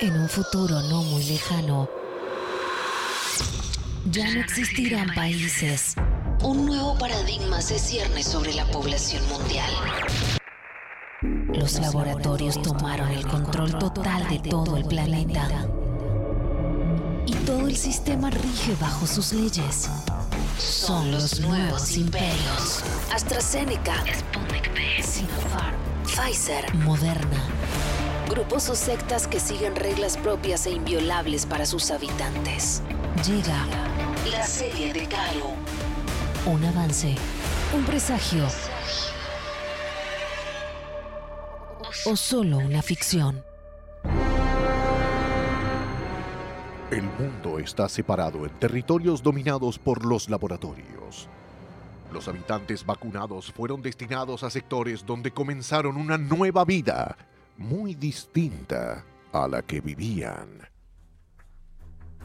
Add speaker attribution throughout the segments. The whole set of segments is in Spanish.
Speaker 1: En un futuro no muy lejano, ya no existirán países.
Speaker 2: Un nuevo paradigma se cierne sobre la población mundial.
Speaker 1: Los laboratorios tomaron el control total de todo el planeta. Y todo el sistema rige bajo sus leyes.
Speaker 2: Son los nuevos imperios. AstraZeneca,
Speaker 1: Sputnik V, Sinopharm,
Speaker 2: Pfizer,
Speaker 1: Moderna,
Speaker 2: grupos o sectas que siguen reglas propias e inviolables para sus habitantes.
Speaker 1: llega
Speaker 2: La serie de Caro.
Speaker 1: un avance, un presagio o solo una ficción.
Speaker 3: El mundo está separado en territorios dominados por los laboratorios. Los habitantes vacunados fueron destinados a sectores donde comenzaron una nueva vida, muy distinta a la que vivían.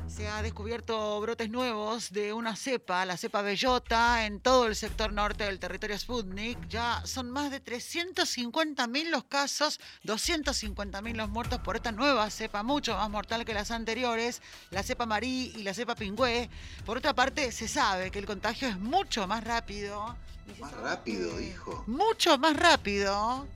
Speaker 4: Se ha descubierto brotes nuevos de una cepa, la cepa bellota, en todo el sector norte del territorio Sputnik. Ya son más de 350.000 los casos, 250.000 los muertos por esta nueva cepa, mucho más mortal que las anteriores, la cepa marí y la cepa pingüé. Por otra parte, se sabe que el contagio es mucho más rápido. Y se
Speaker 5: Más
Speaker 4: sabe
Speaker 5: rápido,
Speaker 4: que-
Speaker 5: dijo.
Speaker 4: Mucho más rápido.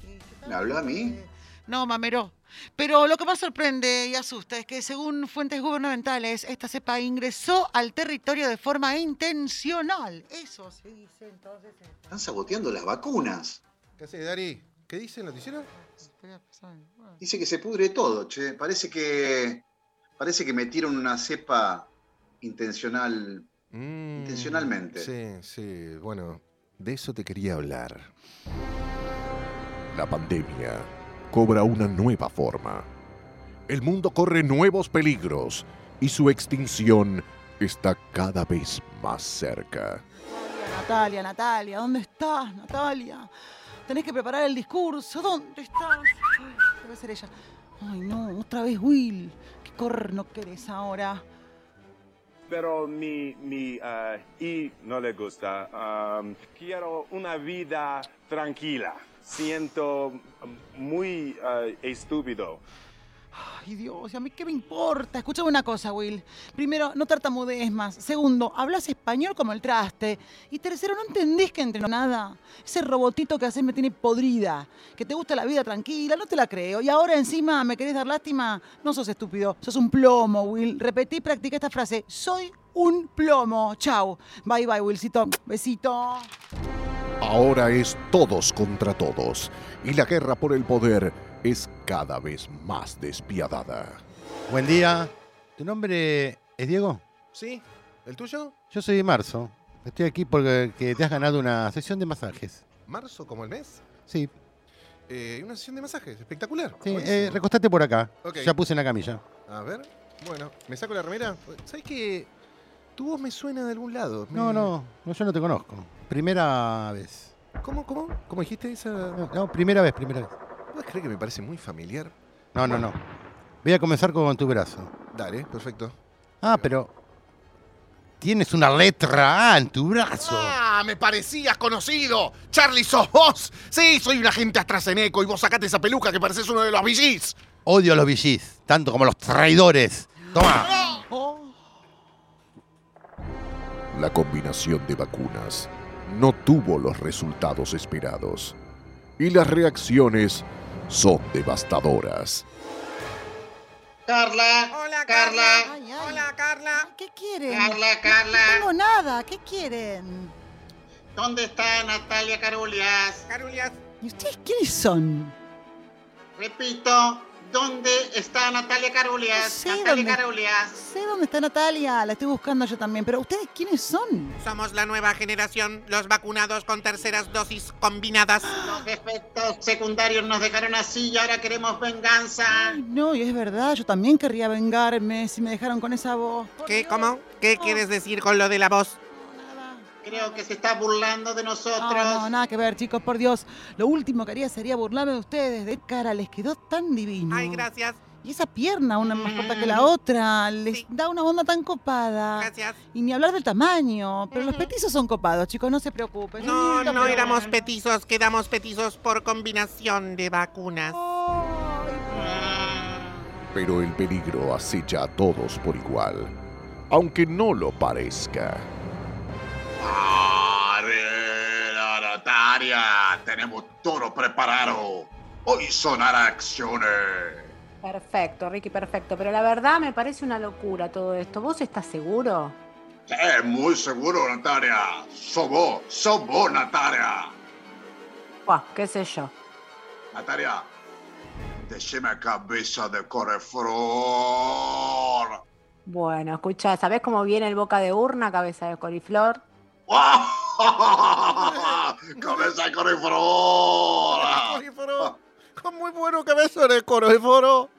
Speaker 5: ¿Me habló a mí?
Speaker 4: No, mamero. Pero lo que más sorprende y asusta es que según fuentes gubernamentales, esta cepa ingresó al territorio de forma intencional. Eso se dice entonces. en-
Speaker 5: Están saboteando las vacunas.
Speaker 6: ¿Qué haces, Dari? ¿Qué dice el noticiero?
Speaker 4: Bueno,
Speaker 5: Dice que se pudre todo, che. Parece que. Parece que metieron una cepa intencional.
Speaker 6: Mm,
Speaker 5: Intencionalmente.
Speaker 6: Sí, sí. Bueno, de eso te quería hablar.
Speaker 3: La pandemia cobra una nueva forma. El mundo corre nuevos peligros y su extinción está cada vez más cerca.
Speaker 4: Natalia, Natalia, ¿dónde estás, Natalia? Tenés que preparar el discurso. ¿Dónde estás? Ay, Debe ser ella. Ay, no, otra vez Will. ¿Qué corno que eres ahora?
Speaker 7: pero mi, mi ah, y no le gusta. Am, quiero una vida tranquila. Siento mm, muy ah, estúpido.
Speaker 4: Ay, Dios, ¿y a mí qué me importa? Escúchame una cosa, Will. Primero, no tartamudees más. Segundo, hablas español como el traste. Y tercero, no entendés que entrenó nada. Ese robotito que haces me tiene podrida. Que te gusta la vida tranquila, no te la creo. Y ahora encima me querés dar lástima. No sos estúpido, sos un plomo, Will. Repetí y practica esta frase. Soy un plomo. Chau. Bye, bye, Willcito. Besito.
Speaker 3: Ahora es todos contra todos y la guerra por el poder es cada vez más despiadada.
Speaker 8: Buen día. ¿Tu nombre es Diego?
Speaker 6: ¿Sí? ¿El tuyo?
Speaker 8: Yo soy Marzo. Estoy aquí porque que te has ganado una sesión de masajes.
Speaker 6: ¿Marzo, como el mes?
Speaker 8: Sí,
Speaker 6: Eh, una sesión de masajes, espectacular.
Speaker 8: sí.
Speaker 6: Buenísimo.
Speaker 8: eh, recostate por acá.
Speaker 6: Ok.
Speaker 8: Ya puse una camilla.
Speaker 6: A ver, bueno, ¿me saco la remera? ¿Sabes que tu voz me suena de algún lado?
Speaker 8: No,
Speaker 6: Me-
Speaker 8: no, no, yo no te conozco. Primera vez.
Speaker 6: ¿Cómo, cómo? ¿Cómo dijiste esa...?
Speaker 8: No, no, primera vez, primera vez.
Speaker 6: ¿Puedes creer que me parece muy familiar?
Speaker 8: No, no, no. Voy a comenzar con tu brazo.
Speaker 6: Dale, perfecto.
Speaker 8: Ah, pero. Tienes una letra A en tu brazo.
Speaker 9: ¡Ah! ¡Me parecías conocido! ¡Charlie, sos vos! Sí, soy un agente AstraZeneca y vos sacate esa peluca que pareces uno de los VGs.
Speaker 8: Odio a los VGs, tanto como a los traidores. Toma.
Speaker 3: La combinación de vacunas no tuvo los resultados esperados y las reacciones son devastadoras.
Speaker 5: Carla, Carla,
Speaker 4: Ay, ay. Hola, Carla. ¿Qué quieren?
Speaker 5: Carla,
Speaker 4: No
Speaker 5: Carla.
Speaker 4: tengo nada. ¿Qué quieren?
Speaker 5: ¿Dónde está Natalia Carulias?
Speaker 4: ¿Y ustedes quiénes son?
Speaker 5: Repito, ¿dónde está Natalia
Speaker 4: No
Speaker 5: Carulias?
Speaker 4: sé Natalia dónde- Sé dónde está Natalia, la estoy buscando yo también, pero ¿ustedes quiénes son?
Speaker 10: Somos la nueva generación, los vacunados con terceras dosis combinadas.
Speaker 5: Los efectos secundarios nos dejaron así y ahora queremos venganza.
Speaker 4: Ay, no, y es verdad, yo también querría vengarme si me dejaron con esa voz. Por
Speaker 10: ¿Qué?
Speaker 4: Dios.
Speaker 10: ¿Cómo?
Speaker 11: Oh.
Speaker 10: ¿Qué quieres decir con lo de la voz?
Speaker 4: No, nada.
Speaker 5: Creo que se está burlando de nosotros.
Speaker 4: No, Ah, no, nada que ver, chicos, por Dios. Lo último que haría sería burlarme de ustedes. De cara, les quedó tan divino.
Speaker 10: Ay, gracias, Mm.
Speaker 4: Y esa pierna, una más corta que la otra, les
Speaker 10: Sí.
Speaker 4: da una onda tan
Speaker 11: Ah.
Speaker 4: copada.
Speaker 10: gracias.
Speaker 4: Y ni hablar del tamaño. Pero los petizos son copados, chicos, no se
Speaker 11: Pues
Speaker 4: preocupen.
Speaker 10: No,
Speaker 4: Lindo,
Speaker 10: no
Speaker 4: pero
Speaker 10: éramos
Speaker 4: bueno.
Speaker 10: petizos, quedamos petizos por combinación de vacunas.
Speaker 4: Ay,
Speaker 5: Ah.
Speaker 3: Pero el peligro acecha a todos por igual, aunque no lo parezca.
Speaker 12: Arena notaria, tenemos todo preparado. Hoy sonará acciones.
Speaker 11: Perfecto, Ricky, perfecto. Pero la verdad me parece una locura todo esto. ¿Vos estás seguro?
Speaker 12: Eh, muy seguro, Natalia. Sobó, sobó, Natalia.
Speaker 11: Buah, qué sé yo.
Speaker 12: Natalia, decime cabeza de coreflor.
Speaker 11: Bueno, escucha, ¿sabés cómo viene el boca de urna, cabeza de coliflor?
Speaker 12: cabeza de coreflor.
Speaker 6: Coriforo, con muy bueno cabeza de coriforo.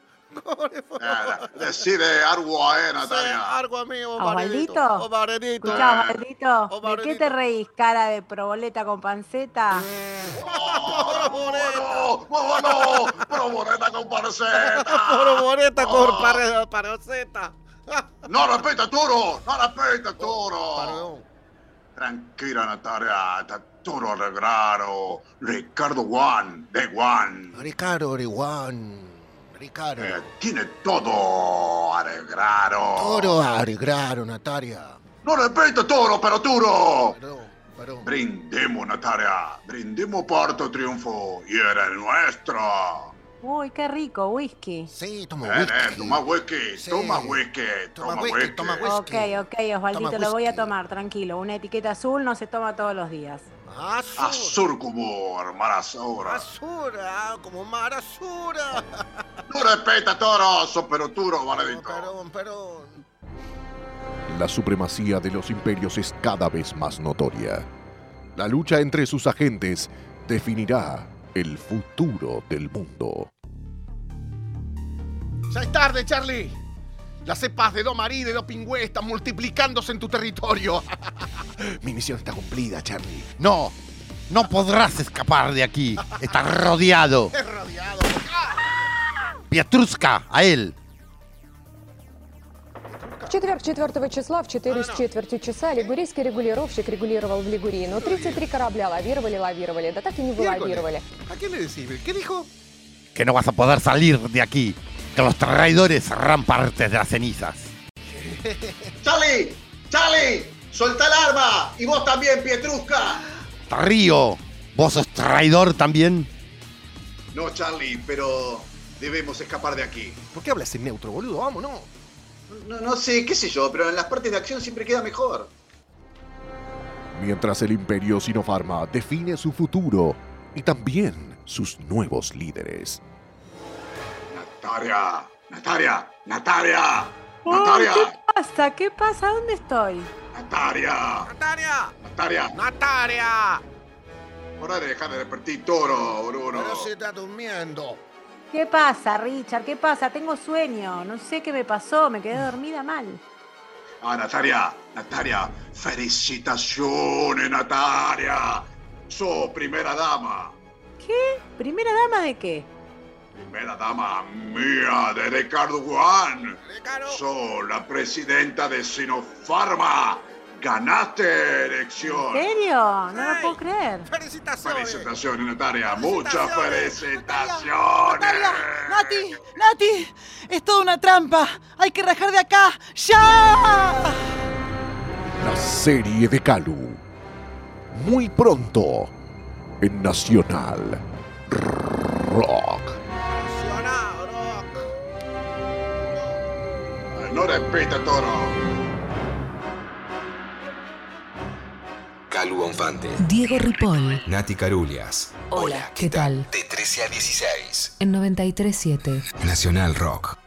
Speaker 6: Coriforo.
Speaker 12: Eh, decide algo ahí, Natalia.
Speaker 6: Algo amigo,
Speaker 11: ¿A Osvaldito?
Speaker 6: O Varedito.
Speaker 11: Escuchá, Osvaldito, ¿de qué te reís, cara de proboleta con panceta?
Speaker 12: ¡Proboreta! ¡Proboreta! ¡Proboreta con pareceta! Ah.
Speaker 6: Boreta con pare- paroseta.
Speaker 12: ¡No repite turo! ¡No repite turo! Tranquila, Natalia. Está todo arreglado. Ricardo Juan, de Juan.
Speaker 8: Ricardo Orihuan. Ricardo.
Speaker 12: eh, tiene todo arreglado.
Speaker 8: Todo arreglado, Natalia.
Speaker 12: ¡No repite turo, pero turo!
Speaker 8: Perdón, perdón.
Speaker 12: Brindemos, Natalia. Brindemos por tu triunfo. Y eres nuestro.
Speaker 11: Uy, qué rico, whisky.
Speaker 8: Sí, toma
Speaker 5: Eh,
Speaker 12: Eres,
Speaker 8: whisky.
Speaker 12: Eh, toma whisky,
Speaker 8: Sí.
Speaker 12: toma whisky,
Speaker 8: Toma
Speaker 12: toma,
Speaker 8: whisky,
Speaker 12: whisky.
Speaker 8: toma whisky.
Speaker 11: Ok, ok, Osvaldito,
Speaker 8: pues Toma
Speaker 11: lo voy a
Speaker 8: whisky.
Speaker 11: tomar, tranquilo. Una etiqueta azul no se toma todos los días.
Speaker 6: Azul.
Speaker 12: Azul como hermanas ahora.
Speaker 6: Basura, como mar azura.
Speaker 12: No respeta toro, soperoturo, valedito.
Speaker 6: Perdón, perdón.
Speaker 3: La supremacía de los imperios es cada vez más notoria. La lucha entre sus agentes definirá el futuro del mundo.
Speaker 9: Ya es tarde, Charlie. Las cepas de Do Marí y de Do Pingüe están multiplicándose en tu territorio.
Speaker 6: Mi misión está cumplida, Charlie.
Speaker 8: No, no podrás escapar de aquí. Estás rodeado.
Speaker 9: Es rodeado.
Speaker 8: Piatruska, a él.
Speaker 13: В четверг 4 числа в 4 с четвертью часа лигурийский регулировщик регулировал в Лигурии, но 33 корабля лавировали, лавировали, да так и не вылавировали.
Speaker 6: ¿A qué le decís? ¿Qué dijo?
Speaker 8: Que no vas a poder salir de aquí. Que los traidores harán parte de las cenizas.
Speaker 5: ¡Charlie! ¡Charlie! ¡Soltá el arma! ¡Y vos también, Pietrusca!
Speaker 8: Río, ¿vos sos traidor también?
Speaker 5: No, Charlie, pero debemos escapar de aquí.
Speaker 6: ¿Por qué hablas en neutro, boludo? Vámonos.
Speaker 5: No, no sé, qué sé yo, pero en las partes de acción siempre queda mejor.
Speaker 3: Mientras el imperio Sinopharma define su futuro y también sus nuevos líderes.
Speaker 12: Natalia, Natalia, Natalia,
Speaker 4: Ah,
Speaker 11: Uy,
Speaker 12: Natalia,
Speaker 11: ¿Qué pasa? ¿Qué pasa? ¿Dónde estoy?
Speaker 12: Natalia,
Speaker 10: Natalia,
Speaker 12: Natalia.
Speaker 10: Natalia.
Speaker 12: Hora de dejar de repetir toro, Bruno.
Speaker 6: Pero se está durmiendo.
Speaker 11: ¿Qué pasa, Richard? ¿Qué pasa? Tengo sueño. No sé qué me pasó. Me quedé dormida mal.
Speaker 12: Ah, Natalia, Natalia, felicitaciones, Natalia. Sos primera dama.
Speaker 11: ¿Qué? ¿Primera dama de qué?
Speaker 12: Primera dama mía de Ricardo Juan. Sos la presidenta de Sinopharma. Ganaste
Speaker 11: ¿En
Speaker 12: elección.
Speaker 11: serio? No lo puedo creer.
Speaker 12: Felicitaciones, Natalia. Muchas felicitaciones.
Speaker 4: Natalia, Nati, Nati, es toda una trampa. Hay que rajar de acá, ya.
Speaker 3: La serie de Kalu. Muy pronto en Nacional Rock.
Speaker 12: No respeta toro.
Speaker 14: Calu Bonfante.
Speaker 1: Diego Ripoll.
Speaker 14: Nati Carulias.
Speaker 1: Hola, ¿qué tal?
Speaker 14: De 13 a 16.
Speaker 1: En 937.
Speaker 14: Nacional Rock.